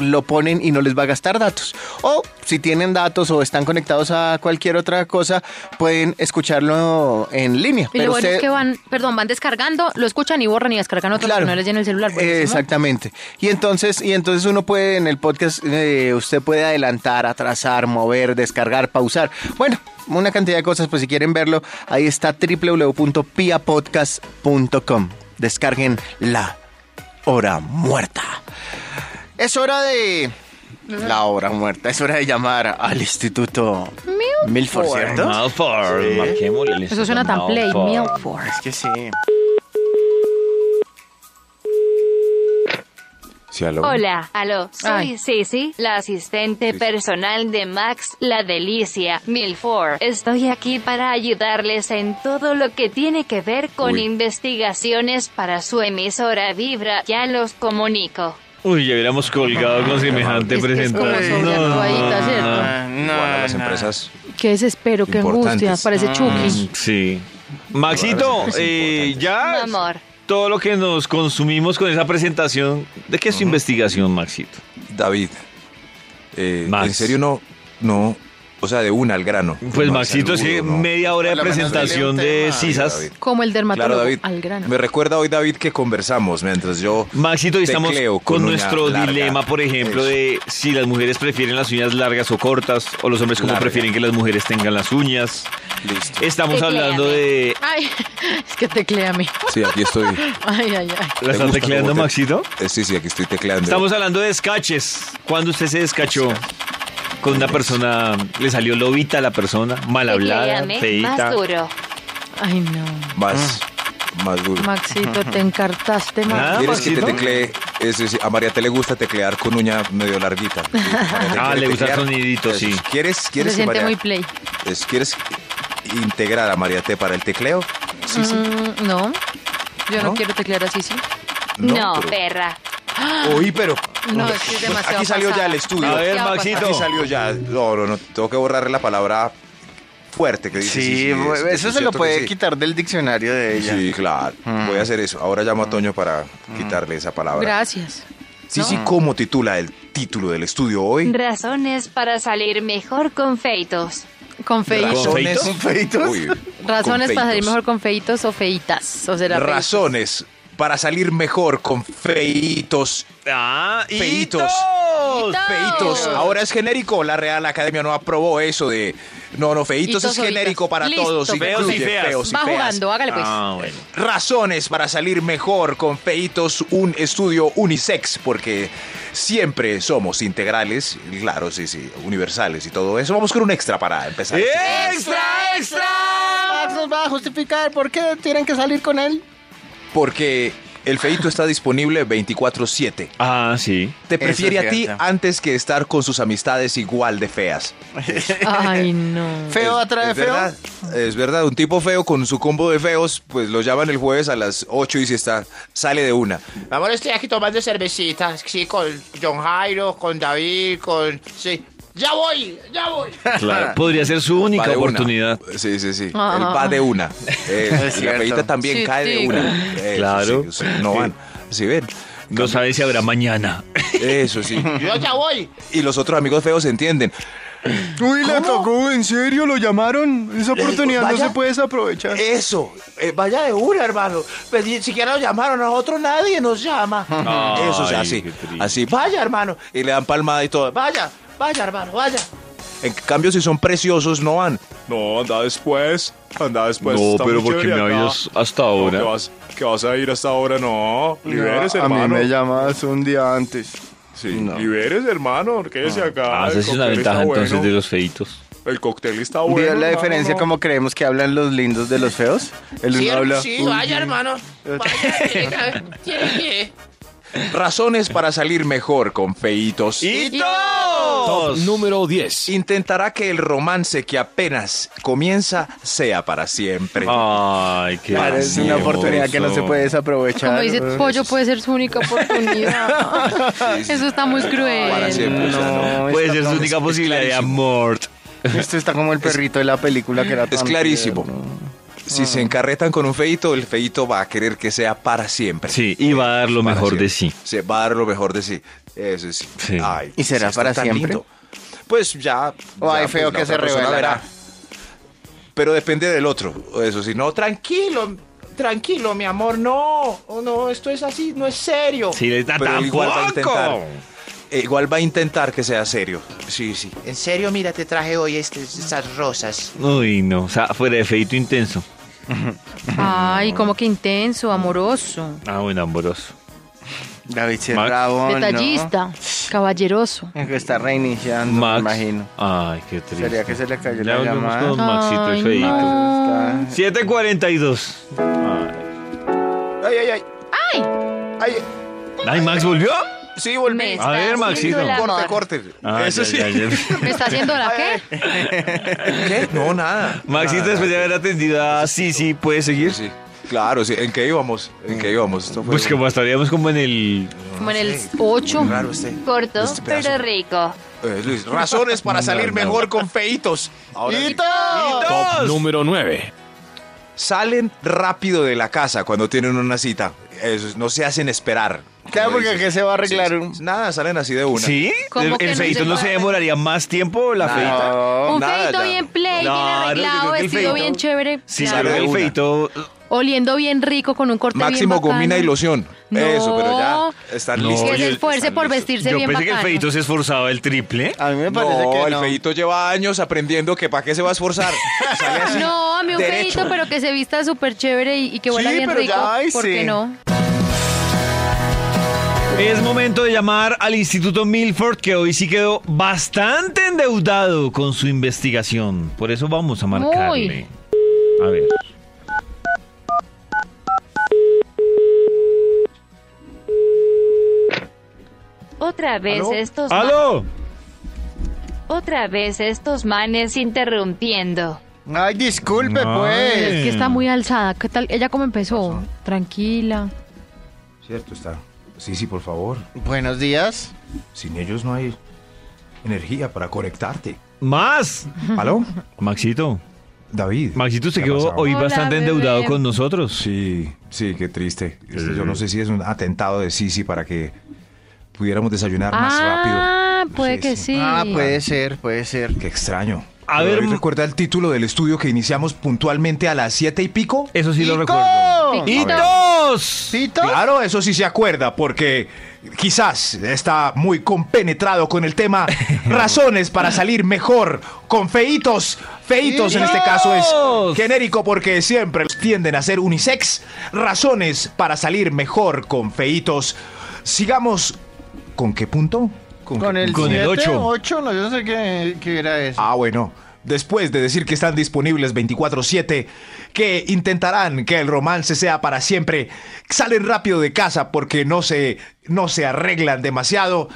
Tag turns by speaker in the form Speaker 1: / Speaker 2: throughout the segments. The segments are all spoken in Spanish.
Speaker 1: lo ponen y no les va a gastar datos. O si tienen datos o están conectados a cualquier otra cosa, pueden escucharlo en línea.
Speaker 2: Y lo bueno es que van, perdón, van descargando, lo escuchan y borran y descargan otro
Speaker 1: Claro.
Speaker 2: que no les llena el celular. buenísimo.
Speaker 1: Exactamente. Y entonces, y entonces uno puede en el podcast, eh, usted puede adelantar, atrasar, mover, descargar, pausar. Bueno, una cantidad de cosas, pues si quieren verlo, ahí está www.piapodcast.com. Descarguen la hora muerta. Es hora de la hora muerta. Es hora de llamar al instituto Milford, ¿cierto?
Speaker 3: Malfour, marquémosle el
Speaker 2: Eso suena tan play,
Speaker 3: Instituto Malfour.
Speaker 2: Milford.
Speaker 1: Es que sí.
Speaker 4: Sí, aló.
Speaker 5: Hola, aló,
Speaker 2: Ay.
Speaker 5: soy Sisi, la asistente personal de Max, la delicia, Milford. Estoy aquí para ayudarles en todo lo que tiene que ver con
Speaker 4: Uy.
Speaker 5: investigaciones para su emisora Vibra, ya los comunico.
Speaker 3: Uy, ya hubiéramos colgado con semejante
Speaker 2: Es que es como
Speaker 3: presentación.
Speaker 2: sobre la toallita, ¿cierto?
Speaker 4: Igual a las empresas.
Speaker 2: Qué desespero, qué angustia.
Speaker 4: Importantes.
Speaker 2: Parece Chucky.
Speaker 3: Sí. Maxito,
Speaker 4: Claro, sí,
Speaker 3: eh,
Speaker 4: importante.
Speaker 3: ya
Speaker 5: Mi amor.
Speaker 3: todo lo que nos consumimos con esa presentación, ¿de qué es tu investigación, Maxito?
Speaker 4: David. eh,
Speaker 3: Max.
Speaker 4: En serio, no. No. O sea, de una al grano.
Speaker 3: Pues
Speaker 4: No,
Speaker 3: Maxito, es que
Speaker 4: saludo, no.
Speaker 3: media hora de
Speaker 1: Por lo menos
Speaker 3: presentación
Speaker 1: dele un
Speaker 3: de
Speaker 1: tema.
Speaker 3: sisas.
Speaker 4: David.
Speaker 2: Como el
Speaker 4: Claro,
Speaker 2: dermatólogo
Speaker 4: David.
Speaker 2: al grano.
Speaker 4: Me recuerda hoy, David, que conversamos mientras yo.
Speaker 3: Maxito, hoy estamos
Speaker 4: tecleo
Speaker 3: con,
Speaker 4: uña
Speaker 3: nuestro
Speaker 4: larga.
Speaker 3: dilema, por ejemplo,
Speaker 4: Eso.
Speaker 3: de si las mujeres prefieren las uñas largas o cortas, o los hombres como
Speaker 4: Larga.
Speaker 3: prefieren que las mujeres tengan las uñas.
Speaker 4: Listo.
Speaker 3: Estamos
Speaker 5: Tecléame.
Speaker 3: hablando de...
Speaker 2: Ay, es que tecléame.
Speaker 4: Sí, aquí estoy.
Speaker 2: Ay, ay, ay.
Speaker 3: ¿La estás
Speaker 4: gusta
Speaker 3: tecleando,
Speaker 4: cómo te-
Speaker 3: Maxito?
Speaker 4: Eh, Sí, sí, aquí estoy tecleando.
Speaker 3: Estamos hablando de escaches. ¿Cuándo usted se descachó? Con una
Speaker 4: Pues.
Speaker 3: persona, le salió lobita a la persona, mal hablada,
Speaker 5: Tecléame
Speaker 3: feita.
Speaker 5: más duro.
Speaker 2: Ay, no.
Speaker 4: Más,
Speaker 3: Ah.
Speaker 4: más duro.
Speaker 2: Maxito, te encartaste,
Speaker 3: Nada.
Speaker 2: Max.
Speaker 4: ¿Quieres que te
Speaker 3: Maxito?
Speaker 4: teclee? Eso sí, a Mariate le gusta teclear con uña medio larguita. Sí, Mariate
Speaker 3: Ah,
Speaker 4: quiere
Speaker 3: le gusta el
Speaker 4: teclear.
Speaker 3: sonidito, sí.
Speaker 4: Eso, ¿Quieres,
Speaker 2: Se
Speaker 4: quieres, que
Speaker 2: siente
Speaker 4: María-
Speaker 2: muy play.
Speaker 4: es- ¿Quieres integrar a Mariate para el tecleo? Sí, sí.
Speaker 2: Mm, no. Yo no,
Speaker 4: ¿No?
Speaker 2: quiero teclear así, sí.
Speaker 5: No,
Speaker 4: pero-
Speaker 5: perra.
Speaker 4: Oí, pero.
Speaker 2: No, es que es demasiado
Speaker 4: pues, Aquí salió
Speaker 2: pasada.
Speaker 4: ya el estudio.
Speaker 3: A ver,
Speaker 2: Demasiado
Speaker 3: Maxito.
Speaker 4: Aquí salió ya. No, no, no. Tengo que borrar la palabra fuerte que
Speaker 1: Sí,
Speaker 4: dice. es-
Speaker 1: eso,
Speaker 4: es
Speaker 1: se lo
Speaker 4: cierto
Speaker 1: puede
Speaker 4: que sí.
Speaker 1: quitar del diccionario de ella.
Speaker 4: Sí, claro.
Speaker 1: Mm.
Speaker 4: Voy a hacer eso. Ahora llamo a Toño para quitarle esa palabra.
Speaker 2: Gracias.
Speaker 4: Sí,
Speaker 1: Mm.
Speaker 4: sí, ¿cómo titula el título del estudio hoy?
Speaker 5: Razones para salir mejor con feitos.
Speaker 2: Con feitos.
Speaker 3: Razón.
Speaker 4: Razones.
Speaker 3: ¿Con
Speaker 1: feitos?
Speaker 4: Uy,
Speaker 2: Razones
Speaker 4: con
Speaker 2: para salir
Speaker 4: feitos.
Speaker 2: mejor con feitos o feitas. O será feitos.
Speaker 4: Razones para salir mejor con feitos.
Speaker 3: Ah,
Speaker 4: Feitos.
Speaker 3: hitos.
Speaker 4: Feitos.
Speaker 2: Oh.
Speaker 4: Ahora es genérico. La Real Academia no aprobó eso de. No, no, feitos
Speaker 2: Hitos
Speaker 4: es
Speaker 2: o hitos.
Speaker 4: genérico para
Speaker 2: Listo,
Speaker 4: todos.
Speaker 3: Feos y
Speaker 4: incluye
Speaker 3: feas.
Speaker 4: feos y
Speaker 2: Va
Speaker 4: feas.
Speaker 2: jugando, hágale pues.
Speaker 3: Ah, bueno.
Speaker 4: Razones para salir mejor con Feitos, un estudio unisex, porque siempre somos integrales, claro, sí, sí, universales y todo eso. Vamos con un extra para empezar.
Speaker 3: ¡Extra, extra!
Speaker 1: Max nos va a justificar por qué tienen que salir con él.
Speaker 4: Porque el Feito está disponible 24-7.
Speaker 3: Ah, sí.
Speaker 4: Te
Speaker 1: Eso
Speaker 4: prefiere
Speaker 1: es
Speaker 4: a ti
Speaker 1: cierto.
Speaker 4: antes que estar con sus amistades igual de feas.
Speaker 2: Ay, no.
Speaker 1: Feo
Speaker 4: Es-
Speaker 1: atrae
Speaker 4: es
Speaker 1: feo.
Speaker 4: verdad, es verdad, un tipo feo con su combo de feos, pues lo llaman el jueves a las 8 y si está, sale de una.
Speaker 6: Amor, estoy aquí tomando cervecitas, sí, con John Jairo, con David, con... Sí. ¡Ya voy! ¡Ya voy!
Speaker 3: Claro. Podría ser su
Speaker 4: Va
Speaker 3: única
Speaker 4: de una.
Speaker 3: oportunidad.
Speaker 4: Sí, sí, sí.
Speaker 2: Ah.
Speaker 4: El va de una. Eh,
Speaker 1: Es
Speaker 4: la
Speaker 1: cierto.
Speaker 4: feita también
Speaker 2: Sí,
Speaker 4: cae de
Speaker 2: tica.
Speaker 4: una. Eso,
Speaker 3: Claro.
Speaker 4: sí, sí, no van. Sí, ven.
Speaker 3: No sabe si habrá mañana.
Speaker 4: Eso sí.
Speaker 6: ¡Yo ya voy!
Speaker 4: Y los otros amigos feos entienden.
Speaker 1: Uy, la cagó, en serio, lo llamaron. Esa oportunidad
Speaker 6: vaya.
Speaker 1: puede desaprovechar.
Speaker 6: Eso, eh, vaya de una, hermano. Pues ni siquiera nos llamaron, a nosotros nadie nos llama.
Speaker 4: Eso sí,
Speaker 3: Ay,
Speaker 4: así.
Speaker 3: qué triste.
Speaker 4: Así. va.
Speaker 6: Vaya, hermano.
Speaker 4: Y le dan palmada y todo. Va.
Speaker 6: Vaya, vaya, hermano, vaya.
Speaker 4: En cambio, si son preciosos, no van. No, anda después. Anda después. Pues Está muy chévere acá.
Speaker 3: hasta
Speaker 4: No, ¿qué vas, qué vas a ir hasta ahora? No. Liberes,
Speaker 1: a mí
Speaker 4: hermano.
Speaker 1: me llamas un día antes.
Speaker 4: Sí, Liberes, hermano. Quédese acá.
Speaker 3: Ah, esa
Speaker 4: El
Speaker 3: es una
Speaker 4: cóctel
Speaker 3: ventaja
Speaker 4: está
Speaker 3: entonces
Speaker 4: bueno.
Speaker 3: de los feitos.
Speaker 4: El cóctel está
Speaker 1: ¿Vio
Speaker 4: bueno.
Speaker 1: la
Speaker 4: hermano,
Speaker 1: diferencia
Speaker 4: no.
Speaker 1: como creemos que hablan los lindos de los feos? El
Speaker 6: Sí,
Speaker 1: uno habla.
Speaker 6: sí,
Speaker 1: "Uy,
Speaker 6: vaya, hermano. Vaya, tiene que haber- tiene que...
Speaker 4: Razones para salir mejor con feitos.
Speaker 3: ¡Hitos!
Speaker 7: Número 10.
Speaker 4: Intentará que el romance que apenas comienza sea para siempre.
Speaker 3: Ay, qué
Speaker 1: claro, es una
Speaker 3: hermoso.
Speaker 1: oportunidad que no se puede desaprovechar.
Speaker 2: Como dice Pollo, puede ser su única oportunidad.
Speaker 3: Ah,
Speaker 2: Eso está muy
Speaker 4: Para
Speaker 2: cruel.
Speaker 4: siempre. o sea, no.
Speaker 1: No,
Speaker 3: Puede
Speaker 1: está-
Speaker 3: ser su única posibilidad de amor.
Speaker 1: Esto está como el perrito de la película que era
Speaker 4: Es
Speaker 1: tan
Speaker 4: clarísimo.
Speaker 1: tierno.
Speaker 3: Ah,
Speaker 4: Si se encarretan con un feito, el feito va a querer que sea para siempre.
Speaker 3: Sí, y va a dar lo
Speaker 4: Para
Speaker 3: mejor de
Speaker 4: siempre.
Speaker 3: sí.
Speaker 4: Se va a dar lo mejor de sí.
Speaker 8: Eso es.
Speaker 3: Sí.
Speaker 8: Ay,
Speaker 1: ¿Y será
Speaker 8: sí,
Speaker 1: para
Speaker 8: está tan
Speaker 1: siempre?
Speaker 8: Pues ya.
Speaker 1: O hay
Speaker 8: ya, pues,
Speaker 1: feo
Speaker 8: la
Speaker 1: que se
Speaker 8: otra persona
Speaker 1: revelará.
Speaker 8: verá. Pero depende del otro. Eso sí, no, tranquilo.
Speaker 6: Tranquilo, tranquilo, mi amor, no. Oh, No, esto es así, no es serio.
Speaker 3: Sí, está
Speaker 8: Pero
Speaker 3: tan
Speaker 8: él igual va a intentar.
Speaker 3: guapo.
Speaker 8: eh, Igual va a intentar que sea serio. Sí, sí.
Speaker 6: En serio, mira, te traje hoy este- estas rosas.
Speaker 3: Uy, no. O sea, fuera de feito intenso.
Speaker 2: Ay, como que intenso, amoroso,
Speaker 3: Ah, bueno, amoroso.
Speaker 1: David sí es
Speaker 3: Max.
Speaker 1: bravo, ¿no?
Speaker 2: detallista, caballeroso.
Speaker 1: Que Está reiniciando,
Speaker 3: Max.
Speaker 1: me imagino.
Speaker 3: Ay, qué triste.
Speaker 1: Sería que se le cayó
Speaker 3: Ya
Speaker 1: la
Speaker 3: volvemos
Speaker 1: llamada.
Speaker 3: con Maxito
Speaker 2: Ay,
Speaker 3: el feito.
Speaker 2: no.
Speaker 1: Está-
Speaker 3: 7.42.
Speaker 8: Ay, ay, ay.
Speaker 2: ¡Ay!
Speaker 8: ay.
Speaker 3: Ay, Max volvió.
Speaker 8: Sí,
Speaker 5: Me
Speaker 8: volví. Ah,
Speaker 5: está
Speaker 3: ver,
Speaker 5: haciendo
Speaker 3: Maxito.
Speaker 5: el amor.
Speaker 8: Corte, corte.
Speaker 3: Ah,
Speaker 8: Eso
Speaker 3: ya,
Speaker 8: sí.
Speaker 3: ya, ya.
Speaker 2: ¿Me está haciendo la qué?
Speaker 8: ¿Qué? No, nada.
Speaker 3: Maxito,
Speaker 8: Nada.
Speaker 3: después de haber atendido a sí, sí, puede seguir.
Speaker 8: Sí, claro, sí. ¿En qué íbamos? ¿En qué íbamos? Esto fue
Speaker 3: Pues como estaríamos como en el.
Speaker 2: Como en el 8.
Speaker 8: muy raro este.
Speaker 5: Corto,
Speaker 8: Este pedazo.
Speaker 5: pero rico.
Speaker 8: Eh, Luis, razones para salir mejor con feitos. Ahora sí.
Speaker 1: Pues.
Speaker 7: Top número 9.
Speaker 8: Salen rápido de la casa cuando tienen una cita. Eso es, no se hacen esperar.
Speaker 1: Claro,
Speaker 8: como
Speaker 1: porque
Speaker 8: dicen.
Speaker 1: ¿qué se va a arreglar?
Speaker 8: Sí, sí, sí. Nada, salen así de una.
Speaker 3: ¿Sí?
Speaker 2: ¿Cómo
Speaker 3: ¿El,
Speaker 2: que
Speaker 3: el
Speaker 2: no
Speaker 3: feito
Speaker 2: se
Speaker 3: no
Speaker 2: va?
Speaker 3: se demoraría más tiempo la
Speaker 8: No.
Speaker 3: feita?
Speaker 2: Un
Speaker 8: nada,
Speaker 2: feito
Speaker 8: ya.
Speaker 2: bien play, bien
Speaker 3: Claro, yo
Speaker 2: arreglado,
Speaker 3: creo que el
Speaker 2: vestido
Speaker 3: feito-
Speaker 2: bien chévere.
Speaker 3: Sí,
Speaker 2: claro.
Speaker 3: pero
Speaker 8: de
Speaker 3: el
Speaker 8: una.
Speaker 3: feito.
Speaker 2: Oliendo bien rico con un corte
Speaker 8: Máximo
Speaker 2: bien bacano.
Speaker 8: gomina y loción.
Speaker 2: No.
Speaker 8: Eso, pero ya están
Speaker 3: No,
Speaker 8: listos.
Speaker 2: Que
Speaker 3: Oye,
Speaker 2: se esfuerce
Speaker 8: Están
Speaker 2: por
Speaker 8: listos.
Speaker 2: vestirse
Speaker 3: yo
Speaker 2: bien
Speaker 3: pensé que el
Speaker 2: bacano.
Speaker 3: feito se esforzaba el triple.
Speaker 1: A mí me parece
Speaker 8: no,
Speaker 1: que
Speaker 8: el
Speaker 1: no.
Speaker 8: feito lleva años aprendiendo que para qué se va a esforzar. Sale así,
Speaker 2: Ah, No, a mí un
Speaker 8: derecho.
Speaker 2: feito, pero que se vista súper chévere y, y que huela
Speaker 1: Sí,
Speaker 2: bien
Speaker 1: pero
Speaker 2: rico.
Speaker 1: ya, ay,
Speaker 2: ¿Por
Speaker 1: sí.
Speaker 2: qué no?
Speaker 3: Es momento de llamar al Instituto Milford, que hoy sí quedó bastante endeudado con su investigación. Por eso vamos a marcarle. A ver.
Speaker 5: Otra vez
Speaker 2: Pues
Speaker 5: estos ma-
Speaker 3: ¡Aló!
Speaker 5: otra vez estos manes interrumpiendo.
Speaker 1: Ay, disculpe,
Speaker 3: No.
Speaker 1: pues.
Speaker 2: Es que está muy alzada. ¿Qué tal? ¿Ella cómo empezó? Tranquila.
Speaker 4: Cierto está. Sí, sí, por favor.
Speaker 1: Buenos días.
Speaker 4: Sin ellos no hay energía para conectarte.
Speaker 3: ¡Más!
Speaker 4: ¿Aló?
Speaker 3: Maxito.
Speaker 4: David.
Speaker 3: Maxito se
Speaker 4: ¿Qué ha
Speaker 3: quedó
Speaker 4: pasado?
Speaker 3: hoy
Speaker 2: Hola,
Speaker 3: bastante
Speaker 2: bebé.
Speaker 3: endeudado con nosotros.
Speaker 4: Sí, sí, qué triste. Este, Yo no sé si es un atentado de Sisi para que pudiéramos desayunar más rápido.
Speaker 2: Ah, puede
Speaker 4: Sí,
Speaker 2: que
Speaker 4: sí.
Speaker 2: sí.
Speaker 1: Ah, puede ser, puede ser.
Speaker 4: Qué extraño.
Speaker 3: A
Speaker 4: Pero
Speaker 3: ver,
Speaker 4: David,
Speaker 3: m-
Speaker 4: ¿recuerda el título del estudio que iniciamos puntualmente a las siete y pico?
Speaker 3: Eso sí lo
Speaker 1: ¡Tico!
Speaker 3: recuerdo.
Speaker 2: Tiquito.
Speaker 3: ¡Hitos!
Speaker 1: ¿Tito?
Speaker 4: Claro, eso sí se acuerda, porque quizás está muy compenetrado con el tema razones para salir mejor con feitos. Feitos en este caso es genérico porque siempre tienden a ser unisex. Razones para salir mejor con feitos. Sigamos. ¿Con qué punto?
Speaker 1: Con
Speaker 4: qué
Speaker 1: el
Speaker 4: punto?
Speaker 3: Con el
Speaker 1: 7,
Speaker 3: ocho.
Speaker 1: 8, no, yo no sé qué, qué era eso.
Speaker 4: Ah, bueno. Después de decir que están disponibles 24/7, que intentarán que el romance sea para siempre, salen rápido de casa porque no se, no se arreglan demasiado.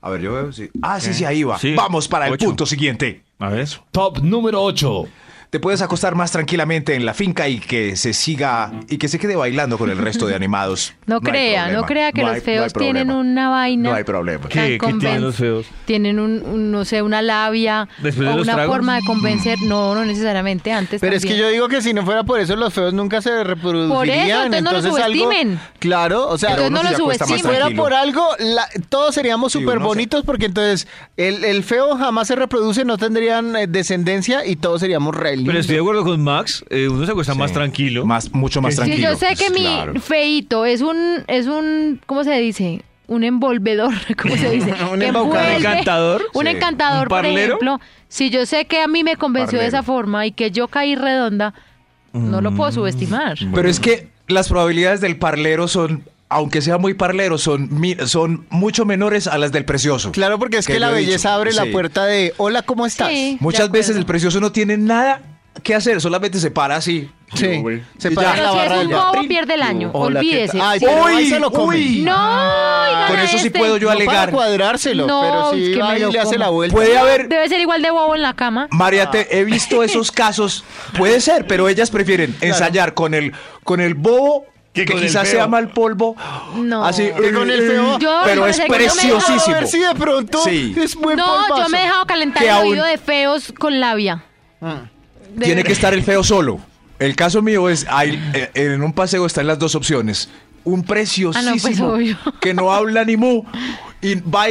Speaker 4: A ver, yo veo, sí. Ah, sí, sí, ahí va.
Speaker 3: Sí.
Speaker 4: Vamos para el
Speaker 3: Ocho.
Speaker 4: punto siguiente.
Speaker 3: A ver.
Speaker 7: Top número 8.
Speaker 4: Te puedes acostar más tranquilamente en la finca y que se siga y que se quede bailando con el resto de animados.
Speaker 2: No,
Speaker 4: hay
Speaker 2: crea, no
Speaker 4: problema.
Speaker 2: crea que
Speaker 4: No
Speaker 2: los
Speaker 4: hay- no hay
Speaker 2: feos tienen
Speaker 4: problema.
Speaker 2: una vaina.
Speaker 4: No hay problema.
Speaker 2: tan
Speaker 3: ¿Qué- qué tienen
Speaker 2: conven-
Speaker 3: los feos?
Speaker 2: Tienen un, un, no sé, una labia
Speaker 3: ¿Después de
Speaker 2: o
Speaker 3: los
Speaker 2: una
Speaker 3: tragos? Mm.
Speaker 2: forma de convencer. No, no necesariamente antes.
Speaker 1: Pero es que
Speaker 2: también.
Speaker 1: yo digo que si no fuera por eso, los feos nunca se reproducirían.
Speaker 2: Por eso, entonces no los
Speaker 1: algo-
Speaker 2: subestimen.
Speaker 1: Claro, o sea,
Speaker 2: Entonces no
Speaker 4: se
Speaker 2: lo
Speaker 4: acuesta más
Speaker 1: si
Speaker 2: subestimen.
Speaker 1: fuera
Speaker 4: tranquilo.
Speaker 1: por algo, la- todos seríamos
Speaker 4: Sí,
Speaker 1: súper
Speaker 4: uno se-
Speaker 1: bonitos porque entonces el, el feo jamás se reproduce, no tendrían eh, descendencia y todos seríamos re lindos.
Speaker 3: Pero estoy de acuerdo con Max. eh, uno se acuesta más tranquilo.
Speaker 4: Más, mucho más
Speaker 3: Sí,
Speaker 2: Si
Speaker 4: tranquilo.
Speaker 2: yo sé que mi
Speaker 4: Claro.
Speaker 2: feito es un, es un, ¿cómo se dice? Un envolvedor, ¿cómo se dice?
Speaker 1: Un
Speaker 2: Que
Speaker 1: embaucador.
Speaker 2: envuelve-
Speaker 3: encantador.
Speaker 2: Un
Speaker 4: Sí.
Speaker 2: encantador,
Speaker 3: ¿Un
Speaker 2: por
Speaker 3: parlero?
Speaker 2: ejemplo. Si yo sé que a mí me convenció de
Speaker 4: Parlero.
Speaker 2: esa
Speaker 4: Mm,
Speaker 2: forma y que yo caí redonda, no lo puedo subestimar.
Speaker 4: Pero es que las probabilidades del parlero son, aunque sea muy parlero, son, mi- son mucho menores a las del precioso.
Speaker 1: Claro, porque es
Speaker 4: Que
Speaker 1: que la
Speaker 4: yo he
Speaker 1: belleza
Speaker 4: dicho,
Speaker 1: abre la
Speaker 4: sí.
Speaker 1: puerta de hola, ¿cómo estás?
Speaker 2: Sí.
Speaker 4: Muchas
Speaker 2: De
Speaker 4: veces
Speaker 2: acuerdo.
Speaker 4: el precioso no tiene nada que hacer, solamente se para así.
Speaker 1: Sí. Se
Speaker 4: Y
Speaker 1: para
Speaker 4: ya.
Speaker 1: en la
Speaker 2: Pero si
Speaker 1: barra
Speaker 2: es
Speaker 1: del
Speaker 2: un
Speaker 1: bar.
Speaker 2: bobo, pierde el año.
Speaker 1: Hola, ¿qué
Speaker 2: Olvídese.
Speaker 1: tal? Ay, pero
Speaker 4: Uy,
Speaker 1: ahí se lo come.
Speaker 4: uy.
Speaker 2: No, oigan
Speaker 4: Con
Speaker 2: a
Speaker 4: eso sí
Speaker 2: este.
Speaker 4: puedo yo
Speaker 1: No para
Speaker 4: alegar.
Speaker 1: cuadrárselo,
Speaker 2: No,
Speaker 1: pero si
Speaker 2: es que
Speaker 1: va
Speaker 2: me
Speaker 1: y
Speaker 2: lo
Speaker 1: le hace
Speaker 2: como.
Speaker 1: la vuelta.
Speaker 4: Puede haber,
Speaker 2: Debe ser igual de Ah. bobo en la cama.
Speaker 4: María, te- he visto esos casos, puede ser, pero ellas prefieren ensayar con el, con el bobo.
Speaker 3: Que
Speaker 4: Que,
Speaker 3: con el
Speaker 4: quizás
Speaker 3: feo.
Speaker 4: se llama el polvo.
Speaker 2: No.
Speaker 4: Así.
Speaker 1: Que con el feo.
Speaker 2: Yo
Speaker 4: pero
Speaker 2: me
Speaker 4: es
Speaker 2: parece que yo me he dejado
Speaker 4: preciosísimo.
Speaker 1: A ver si de pronto
Speaker 4: Sí.
Speaker 1: es muy
Speaker 2: No, yo me he dejado calentar
Speaker 4: Que
Speaker 2: el
Speaker 4: aún-
Speaker 2: oído de feos con labia.
Speaker 1: Ah.
Speaker 2: De
Speaker 4: Tiene
Speaker 2: verdad.
Speaker 4: que estar el feo solo. El caso mío es, hay- eh, en un paseo están las dos opciones. un preciosísimo
Speaker 2: Ah, pues, obvio.
Speaker 4: que no habla ni mu y va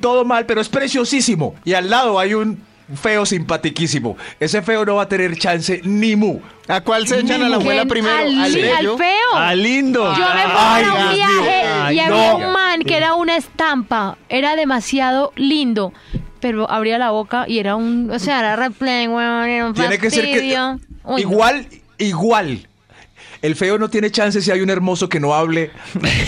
Speaker 4: todo mal, pero es preciosísimo. Y al lado hay un feo simpatiquísimo. Ese feo no va a tener chance ni mu.
Speaker 1: ¿A cuál se echan a la abuela primero?
Speaker 2: Al,
Speaker 1: ¿Al
Speaker 2: li- al
Speaker 1: bello?
Speaker 2: feo.
Speaker 3: Ah, lindo.
Speaker 2: Yo me fui
Speaker 4: Ay,
Speaker 2: a un
Speaker 4: Dios
Speaker 2: viaje
Speaker 4: mío.
Speaker 2: y
Speaker 4: Ay,
Speaker 2: había
Speaker 4: no.
Speaker 2: un man que era una estampa. Era demasiado lindo. Pero abría la boca y era un. O sea, era replay, weón. Era un
Speaker 4: Tiene que ser que
Speaker 2: fastidio. Uy, no.
Speaker 4: igual igual. El feo no tiene chance si hay un hermoso que no hable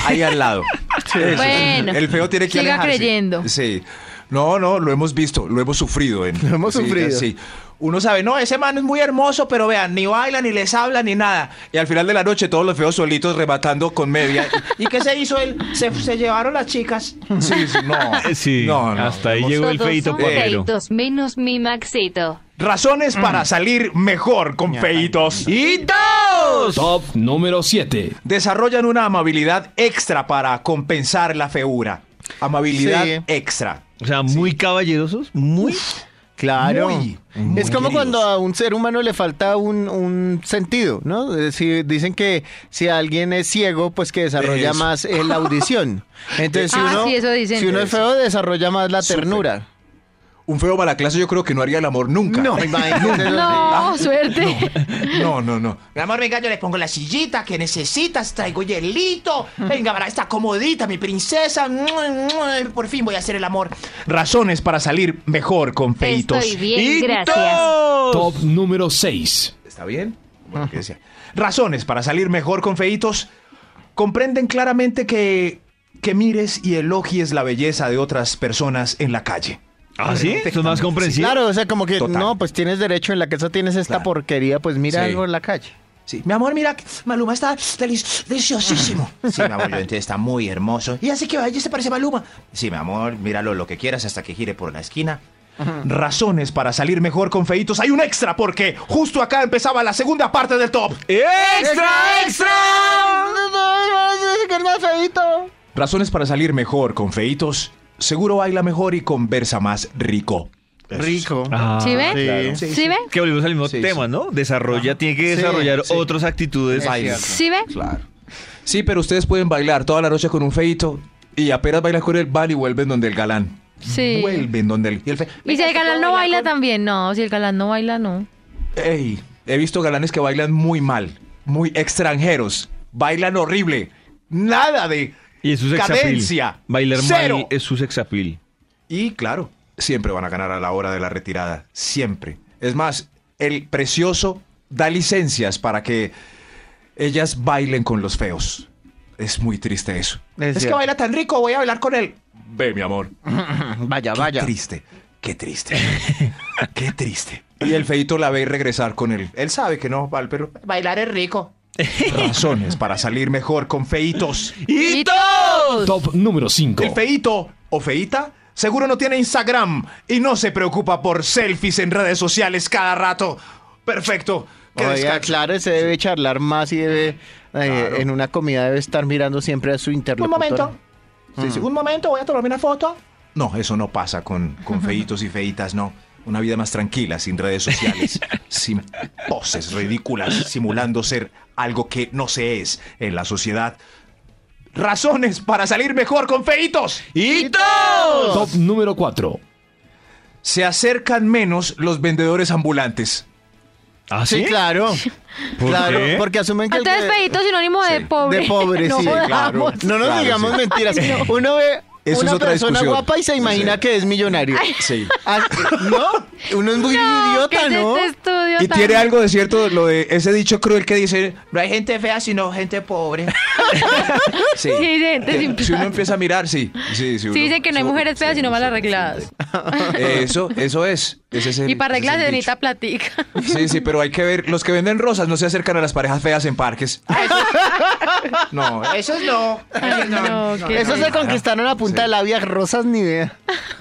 Speaker 4: ahí al lado. Eso.
Speaker 2: Bueno,
Speaker 4: el feo tiene que
Speaker 2: siga
Speaker 4: alejarse.
Speaker 2: creyendo.
Speaker 4: Sí. No, no, lo hemos visto, lo hemos sufrido. En,
Speaker 1: Lo hemos
Speaker 4: sí,
Speaker 1: sufrido.
Speaker 4: Sí. Uno sabe, no, ese man es muy hermoso, pero vean, ni baila, ni les habla, ni nada. Y al final de la noche todos los feos solitos rematando con media.
Speaker 6: ¿Y qué se hizo él? Se, se llevaron las chicas.
Speaker 4: Sí, sí, no.
Speaker 3: Sí,
Speaker 4: No, no,
Speaker 3: hasta ahí
Speaker 4: hemos-
Speaker 3: llegó el
Speaker 5: Todos
Speaker 3: feito
Speaker 5: son
Speaker 3: cuatero.
Speaker 5: feitos, menos mi Maxito.
Speaker 4: Razones para salir mejor con feitos.
Speaker 3: ¡Y dos!
Speaker 7: Top número 7.
Speaker 4: desarrollan una amabilidad extra para compensar la feura. Amabilidad
Speaker 1: Sí.
Speaker 4: extra.
Speaker 3: O sea, muy caballerosos, muy...
Speaker 1: Claro.
Speaker 4: Muy,
Speaker 1: es como
Speaker 4: queridos.
Speaker 1: cuando a un ser humano le falta un, un sentido, ¿no? Eh, Si dicen que si alguien es ciego, pues que desarrolla
Speaker 4: Eso.
Speaker 1: más eh, la audición. Entonces, si
Speaker 2: Ah,
Speaker 1: uno,
Speaker 2: sí, eso dicen.
Speaker 1: si uno es feo, desarrolla más la
Speaker 4: Súper.
Speaker 1: ternura.
Speaker 4: Un feo para la clase yo creo que no haría el amor nunca.
Speaker 1: No, imagínate.
Speaker 2: No, suerte.
Speaker 4: Ah. no, no, no.
Speaker 6: Mi amor, venga, yo le pongo la sillita que necesitas, traigo hielito. Venga, para esta comodita, mi princesa. Por fin voy a hacer el amor.
Speaker 4: Razones para salir mejor con feitos.
Speaker 5: Estoy bien,
Speaker 3: ¡Y
Speaker 5: gracias.
Speaker 3: dos!
Speaker 7: Top número 6.
Speaker 4: ¿Está bien? Bueno, ¿qué decía? Razones para salir mejor con feitos. Comprenden claramente que, que mires y elogies la belleza de otras personas en la calle.
Speaker 3: ¿Ah, sí? ¿Eso es más comprensible?
Speaker 1: Claro, o sea, como que
Speaker 4: Total.
Speaker 1: no, pues tienes derecho, en la casa tienes esta
Speaker 4: Claro.
Speaker 1: porquería, pues mira
Speaker 4: Sí.
Speaker 1: algo en la calle.
Speaker 4: Sí.
Speaker 6: Mi amor, mira, Maluma está deli- deliciosísimo.
Speaker 4: Sí, mi abuelo, entonces está muy hermoso.
Speaker 6: Y así que vaya, se parece a Maluma.
Speaker 4: Sí, mi amor, míralo lo que quieras hasta que gire por la esquina. Razones para salir mejor con feitos. Hay un extra porque justo acá empezaba la segunda parte del top.
Speaker 3: ¡Extra, extra!
Speaker 4: Razones para salir mejor con feitos. Seguro baila mejor y conversa más rico.
Speaker 1: Rico.
Speaker 3: Ah,
Speaker 2: ¿Sí ve?
Speaker 1: Claro.
Speaker 2: ¿Sí,
Speaker 4: sí.
Speaker 2: ve?
Speaker 3: Que volvemos al mismo
Speaker 4: Sí,
Speaker 3: tema, ¿no? Desarrolla, tiene que
Speaker 1: Sí,
Speaker 3: desarrollar
Speaker 1: sí.
Speaker 3: otras actitudes.
Speaker 4: Baila.
Speaker 2: ¿Sí ve?
Speaker 4: Claro. Sí, pero ustedes pueden bailar toda la noche con un feito y apenas bailan con el van y vuelven donde el galán.
Speaker 2: Sí.
Speaker 4: Vuelven donde el... y el fe-
Speaker 2: Y si el galán no baila también, no. Si el galán no baila, no.
Speaker 4: Ey, he visto galanes que bailan muy mal, muy extranjeros, bailan horrible, nada de
Speaker 3: Y es su sexapil.
Speaker 4: cadencia,
Speaker 3: Bailar
Speaker 4: cero.
Speaker 3: mal es su sexapil.
Speaker 4: Y claro, siempre van a ganar a la hora de la retirada, siempre. Es más, el precioso da licencias para que ellas bailen con los feos. Es muy triste eso.
Speaker 1: Es
Speaker 4: que
Speaker 1: cierto.
Speaker 4: baila tan rico, voy a bailar con él. Ve, mi amor.
Speaker 1: Vaya, vaya.
Speaker 4: Qué triste, qué triste, qué triste. Y el feito la ve y regresar con él. Él sabe que no, Val, pero
Speaker 6: Bailar es rico.
Speaker 4: razones para salir mejor con feitos.
Speaker 2: ¡Y todos!
Speaker 7: Top número 5.
Speaker 4: El feito o feita seguro no tiene Instagram y no se preocupa por selfies en redes sociales cada rato. Perfecto. Que
Speaker 1: Oiga,
Speaker 4: descanse.
Speaker 1: claro, se debe charlar más y debe, eh, en una comida debe estar mirando siempre a su
Speaker 6: Un
Speaker 1: interlocutor.
Speaker 6: momento.
Speaker 4: Sí,
Speaker 1: Mm.
Speaker 4: sí.
Speaker 6: Un momento, voy a tomarme una foto.
Speaker 4: No, eso no pasa con, con feitos y feitas, no. Una vida más tranquila, sin redes sociales, sin poses ridículas, simulando ser algo que no se es en la sociedad. Razones para salir mejor con feitos.
Speaker 3: ¡Y dos!
Speaker 7: Top número 4.
Speaker 4: Se acercan menos los vendedores ambulantes.
Speaker 3: ¿Ah,
Speaker 1: Sí, claro.
Speaker 3: ¿Por
Speaker 1: claro,
Speaker 3: qué?
Speaker 1: porque asumen que el
Speaker 2: Entonces,
Speaker 1: que-
Speaker 2: pedito sinónimo de pobre.
Speaker 1: de pobre,
Speaker 2: no
Speaker 1: sí,
Speaker 2: jodamos.
Speaker 4: claro.
Speaker 1: No nos
Speaker 4: Claro,
Speaker 1: digamos
Speaker 4: sí.
Speaker 1: mentiras. Uno ve
Speaker 4: Eso
Speaker 1: una
Speaker 4: es otra
Speaker 1: persona
Speaker 4: discusión.
Speaker 1: guapa y se imagina
Speaker 4: Sí.
Speaker 1: que es millonario.
Speaker 4: Sí.
Speaker 1: Ah, ¿No? Uno es muy idiota,
Speaker 2: ¿qué es
Speaker 1: ¿no?
Speaker 2: este estudio
Speaker 4: Y
Speaker 2: tan-
Speaker 4: tiene algo de cierto lo de ese dicho cruel que dice,
Speaker 6: No hay gente fea, sino gente pobre.
Speaker 2: Sí,
Speaker 4: sí.
Speaker 2: hay gente sin
Speaker 4: si uno
Speaker 2: plata.
Speaker 4: empieza a mirar, sí. Sí, sí, uno-
Speaker 2: Sí, dicen que no hay
Speaker 4: sí,
Speaker 2: mujeres feas,
Speaker 4: sí,
Speaker 2: sino mal
Speaker 4: sí,
Speaker 2: arregladas.
Speaker 4: sí. Eso, eso es. Ese es el-
Speaker 2: Y para
Speaker 4: ese es
Speaker 2: arreglarse
Speaker 4: el
Speaker 2: necesita platica.
Speaker 4: dicho. Sí, sí, pero hay que ver, los que venden rosas no se acercan a las parejas feas en parques. No,
Speaker 6: Eso es no. Eso es no.
Speaker 2: No, qué
Speaker 1: Eso se conquistaron a punta de labias rosas, ni idea.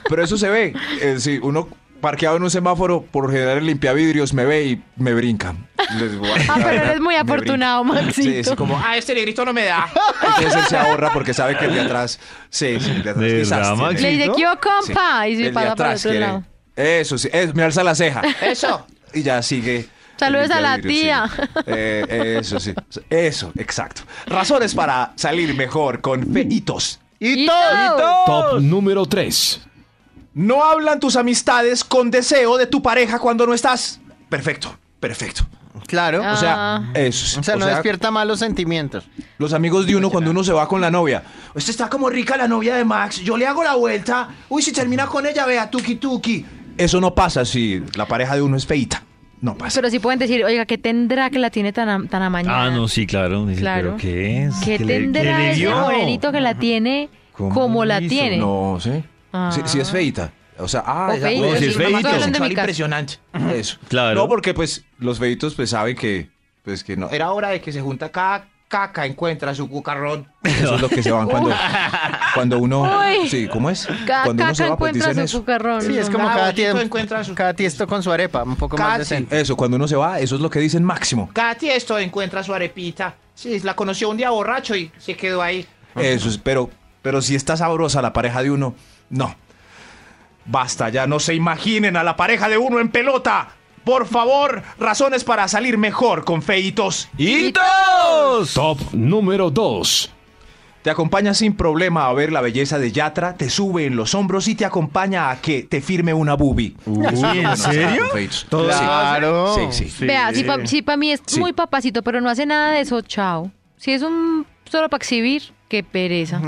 Speaker 4: pero eso se ve. Eh, si uno parqueado en un semáforo, por generar el limpiavidrios me ve y me brinca. Les voy a-
Speaker 2: Ah, pero eres muy
Speaker 4: Me brinca.
Speaker 2: afortunado,
Speaker 4: Sí, sí,
Speaker 2: Maxito.
Speaker 4: como,
Speaker 6: Ah, este negrito no me da.
Speaker 4: Entonces él se ahorra porque sabe que el de atrás. Sí, sí, el de atrás.
Speaker 3: ¿De
Speaker 4: quizás
Speaker 3: verdad,
Speaker 4: tiene-
Speaker 3: Maxi?
Speaker 2: Le dice,
Speaker 3: ¿no?
Speaker 2: ¿qué hubo, compa?
Speaker 4: Sí.
Speaker 2: Y se
Speaker 4: El
Speaker 2: pasa
Speaker 4: de
Speaker 2: para
Speaker 4: atrás
Speaker 2: otro
Speaker 4: quiere-
Speaker 2: lado.
Speaker 4: Eso sí, es- me alza la ceja.
Speaker 6: Eso.
Speaker 4: Y ya sigue
Speaker 2: Saludos a la
Speaker 4: Limpiavidrios, sí.
Speaker 2: tía.
Speaker 4: Eh, eso sí. Eso, exacto. Razones para salir mejor con feitos.
Speaker 2: ¡Y todo!
Speaker 9: Top número 3.
Speaker 4: No hablan tus amistades con deseo de tu pareja cuando no estás. Perfecto, perfecto.
Speaker 10: Claro.
Speaker 2: Ah.
Speaker 10: O
Speaker 4: O
Speaker 10: sea,
Speaker 4: sea, eso. sí.
Speaker 10: no
Speaker 4: O sea,
Speaker 10: despierta malos sentimientos.
Speaker 4: Los amigos de uno cuando uno se va con la novia.
Speaker 6: Esta está como rica la novia de Max. Yo le hago la vuelta. Uy, si termina con ella, vea, tuki tuki.
Speaker 4: Eso no pasa si la pareja de uno es feita. No pasa.
Speaker 2: Pero sí pueden decir, oiga, ¿qué tendrá que la tiene tan, a- tan amañada?
Speaker 3: Ah, no, sí, claro. Dice,
Speaker 2: Claro.
Speaker 3: ¿Pero qué es?
Speaker 2: ¿Qué,
Speaker 3: le-
Speaker 2: tendrá
Speaker 3: le
Speaker 2: ese
Speaker 3: dio?
Speaker 2: morenito que la tiene
Speaker 3: ¿Cómo
Speaker 2: como la
Speaker 3: hizo?
Speaker 2: tiene?
Speaker 4: No, sí.
Speaker 2: Ah.
Speaker 4: Si, es feita. O sea, ah,
Speaker 2: O
Speaker 4: esa-
Speaker 2: feito,
Speaker 3: no, si
Speaker 2: sí,
Speaker 3: es
Speaker 2: no,
Speaker 3: feito.
Speaker 2: estoy hablando de mi caso.
Speaker 6: impresionante.
Speaker 4: eso.
Speaker 3: Claro.
Speaker 4: No, porque pues los feitos pues saben que pues que no.
Speaker 6: Era hora de que se junta cada caca, encuentra su cucarrón.
Speaker 4: Eso es lo que se van cuando cuando uno
Speaker 2: Uy.
Speaker 4: sí, ¿cómo es?
Speaker 2: Cada
Speaker 4: cuando uno
Speaker 2: caca
Speaker 4: se va pues
Speaker 2: encuentra
Speaker 4: dicen
Speaker 2: su
Speaker 4: eso.
Speaker 2: cucarrón.
Speaker 10: Sí, es como
Speaker 6: Ah,
Speaker 10: cada
Speaker 6: bonito,
Speaker 10: tiesto,
Speaker 6: encuentra su-
Speaker 10: cada tiesto con su arepa, un poco más
Speaker 6: Casi.
Speaker 10: decente.
Speaker 4: Eso, cuando uno se va, eso es lo que dicen máximo.
Speaker 6: Cada tiesto encuentra su arepita. Sí, la conoció un día borracho y se quedó ahí.
Speaker 4: Eso es, pero pero si está sabrosa la pareja de uno, no.
Speaker 8: Basta ya, no se imaginen a la pareja de uno en pelota. Por favor, razones para salir mejor con feitos.
Speaker 3: ¡Y todos!
Speaker 9: Top número 2.
Speaker 8: Te acompaña sin problema a ver la belleza de Yatra, te sube en los hombros y te acompaña a que te firme una bubi.
Speaker 3: ¿En serio? Todos sí.
Speaker 10: Claro.
Speaker 4: Sí, sí.
Speaker 2: Vea, si para mí es muy papacito, pero no hace nada de eso, chao. Si es un solo para exhibir, qué pereza.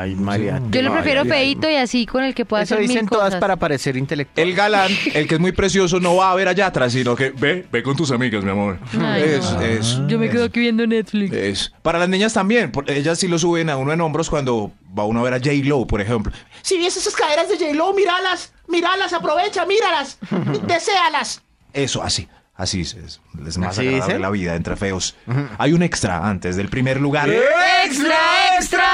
Speaker 10: Ay, María.
Speaker 2: Yo le
Speaker 10: Ay,
Speaker 2: prefiero
Speaker 10: ay,
Speaker 2: feito y así con el que pueda
Speaker 10: Eso
Speaker 2: hacer mil
Speaker 10: dicen todas
Speaker 2: cosas.
Speaker 10: para parecer intelectual.
Speaker 4: El galán, el que es muy precioso, no va a ver a Yatra, sino que ve, ve con tus amigas, mi amor.
Speaker 2: Ay,
Speaker 4: es,
Speaker 2: no.
Speaker 4: es,
Speaker 2: Yo me quedo aquí viendo Netflix.
Speaker 4: es. Para las niñas también, por- ellas sí lo suben a uno en hombros cuando va uno a ver a J. Lo, por ejemplo.
Speaker 6: Si ves esas caderas de J-Lo, míralas, míralas, aprovecha, míralas, deséalas.
Speaker 4: Eso, así. Así es. es- Es más
Speaker 10: ¿Así
Speaker 4: agradable
Speaker 10: dicen?
Speaker 4: la vida entre feos. Hay un extra antes del primer lugar.
Speaker 10: ¡Extra, extra!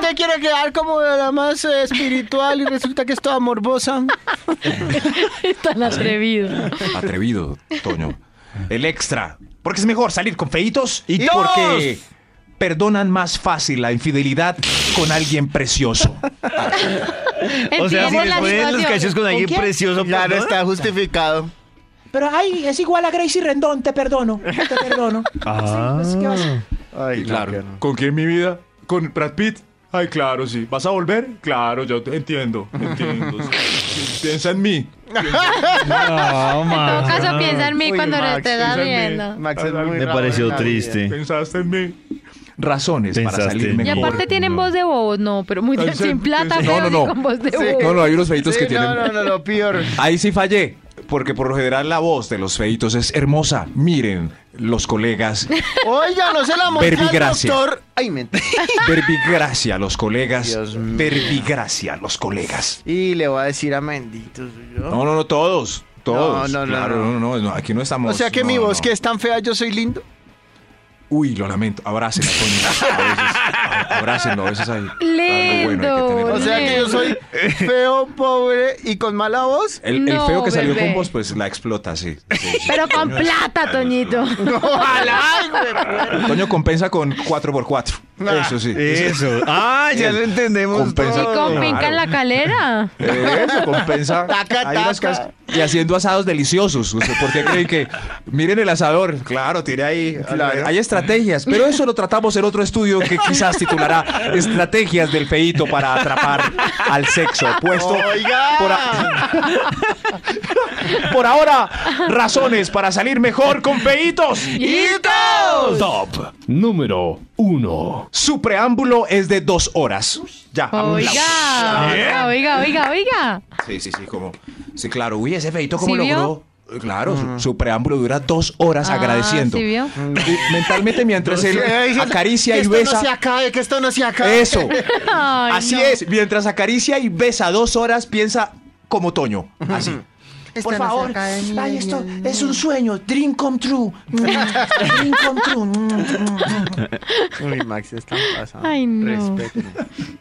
Speaker 10: Te quiero quedar como la más eh, espiritual y resulta que es toda morbosa.
Speaker 2: Tan atrevido.
Speaker 4: Atrevido, Toño.
Speaker 8: El extra. Porque es mejor salir con feitos
Speaker 3: ¡Y todos!
Speaker 8: porque perdonan más fácil la infidelidad con alguien precioso.
Speaker 3: O sea, si
Speaker 2: Entienden
Speaker 3: les
Speaker 2: la
Speaker 3: ponen los
Speaker 2: situación.
Speaker 3: cachos con alguien
Speaker 6: quién?
Speaker 3: precioso, pues,
Speaker 10: Claro,
Speaker 4: ¿ah?
Speaker 3: ¿perdón?
Speaker 10: está justificado.
Speaker 6: Pero ay, es igual a Gracie Rendón, te perdono, te perdono.
Speaker 3: Ah.
Speaker 6: Sí, pues, ¿qué vas a-
Speaker 10: Ay,
Speaker 8: Claro. ¿Con quién mi vida? ¿Con Brad Pitt? Ay, claro, sí. ¿Vas a volver? Claro, yo te entiendo. Entiendo. sí. Piensa en mí.
Speaker 3: No,
Speaker 2: En todo caso,
Speaker 3: man.
Speaker 2: piensa en mí
Speaker 10: Uy,
Speaker 2: cuando
Speaker 10: Max,
Speaker 2: te estás
Speaker 8: piensa en mí.
Speaker 2: viendo.
Speaker 10: Max es muy
Speaker 3: Me
Speaker 10: raro en
Speaker 3: pareció
Speaker 10: la vida.
Speaker 3: triste.
Speaker 8: Pensaste en mí.
Speaker 4: Razones para
Speaker 3: Pensaste
Speaker 4: salir
Speaker 3: en
Speaker 2: Y
Speaker 3: mí.
Speaker 4: mejor.
Speaker 2: aparte tienen voz de bobos, no, pero muy
Speaker 8: Ay,
Speaker 2: sin
Speaker 8: sí,
Speaker 2: plata,
Speaker 8: sí, sí.
Speaker 2: pero
Speaker 4: No, no,
Speaker 2: sí
Speaker 4: no.
Speaker 2: con voz de
Speaker 10: Sí.
Speaker 2: bobo.
Speaker 4: No, no, hay unos feitos
Speaker 10: Sí,
Speaker 4: que tienen.
Speaker 10: no, no, no, lo peor.
Speaker 4: Ahí sí fallé, porque por lo general la voz de los feitos es hermosa. Miren, los colegas,
Speaker 10: Oiga, no se la mostré al
Speaker 4: Verbigracia.
Speaker 10: doctor. Ay, mentira.
Speaker 4: verbigracia los colegas,
Speaker 10: Dios mío.
Speaker 4: verbigracia los colegas.
Speaker 10: Y le voy a decir a Menditos. yo.
Speaker 4: No, no, no, todos, todos.
Speaker 10: No, no, no,
Speaker 4: Claro,
Speaker 10: no.
Speaker 4: no, no, no, aquí no estamos.
Speaker 10: o sea que
Speaker 4: no,
Speaker 10: mi
Speaker 4: no.
Speaker 10: voz que es tan fea, yo soy lindo.
Speaker 4: Uy, lo lamento, abrácenlo, coño. A veces, a- abrácenlo, a veces hay. algo bueno, hay que
Speaker 2: Lindo.
Speaker 4: tener-
Speaker 10: O sea que yo soy feo, pobre y con mala voz.
Speaker 4: El, el
Speaker 2: No,
Speaker 4: feo que salió
Speaker 2: bebé.
Speaker 4: con vos, pues la explota, sí. sí, sí.
Speaker 2: Pero con
Speaker 4: Toño,
Speaker 2: plata, Toñito.
Speaker 4: Toño compensa con 4x4.
Speaker 10: Ah,
Speaker 4: Eso sí.
Speaker 3: Eso. Ah, ya lo entendemos.
Speaker 4: Compensa.
Speaker 2: Y con pinca en la calera.
Speaker 4: Eh, Eso compensa.
Speaker 10: Taca,
Speaker 4: Hay unas
Speaker 10: taca.
Speaker 4: casas- y haciendo asados deliciosos. O sea, ¿Por qué creen que.? Miren el asador. Claro, tiene ahí.
Speaker 10: Claro.
Speaker 4: Hay estrategias. Pero eso lo tratamos en otro estudio que quizás titulará Estrategias del Feito para atrapar al sexo opuesto.
Speaker 10: Oiga.
Speaker 4: Por, a-
Speaker 8: Por ahora, razones para salir mejor con feitos.
Speaker 9: Top número 1.
Speaker 4: su preámbulo es de dos horas. Ya.
Speaker 2: Oiga, oiga, oiga, oiga.
Speaker 4: Sí, sí, sí, como. Sí, claro. Uy, ese feito,
Speaker 2: ¿Sí
Speaker 4: ¿cómo
Speaker 2: vio?
Speaker 4: logró? Eh, Claro, su,
Speaker 10: Mm.
Speaker 4: su preámbulo dura dos horas
Speaker 2: Ah,
Speaker 4: agradeciendo.
Speaker 2: ¿sí vio?
Speaker 4: Y mentalmente mientras él
Speaker 10: Eh, dicen,
Speaker 4: acaricia
Speaker 10: que
Speaker 4: y
Speaker 10: esto no se
Speaker 4: besa.
Speaker 10: acabe, que esto no se acabe.
Speaker 4: Eso.
Speaker 2: Ay,
Speaker 4: Así
Speaker 2: no.
Speaker 4: es. Mientras acaricia y besa dos horas, piensa como Toño. Así.
Speaker 6: Por favor, ay, esto es un sueño, dream come true. Mm, Dream come true. Mm, mm, mm.
Speaker 10: Uy, Max, están pasando.
Speaker 2: Ay, no.
Speaker 10: Respeten.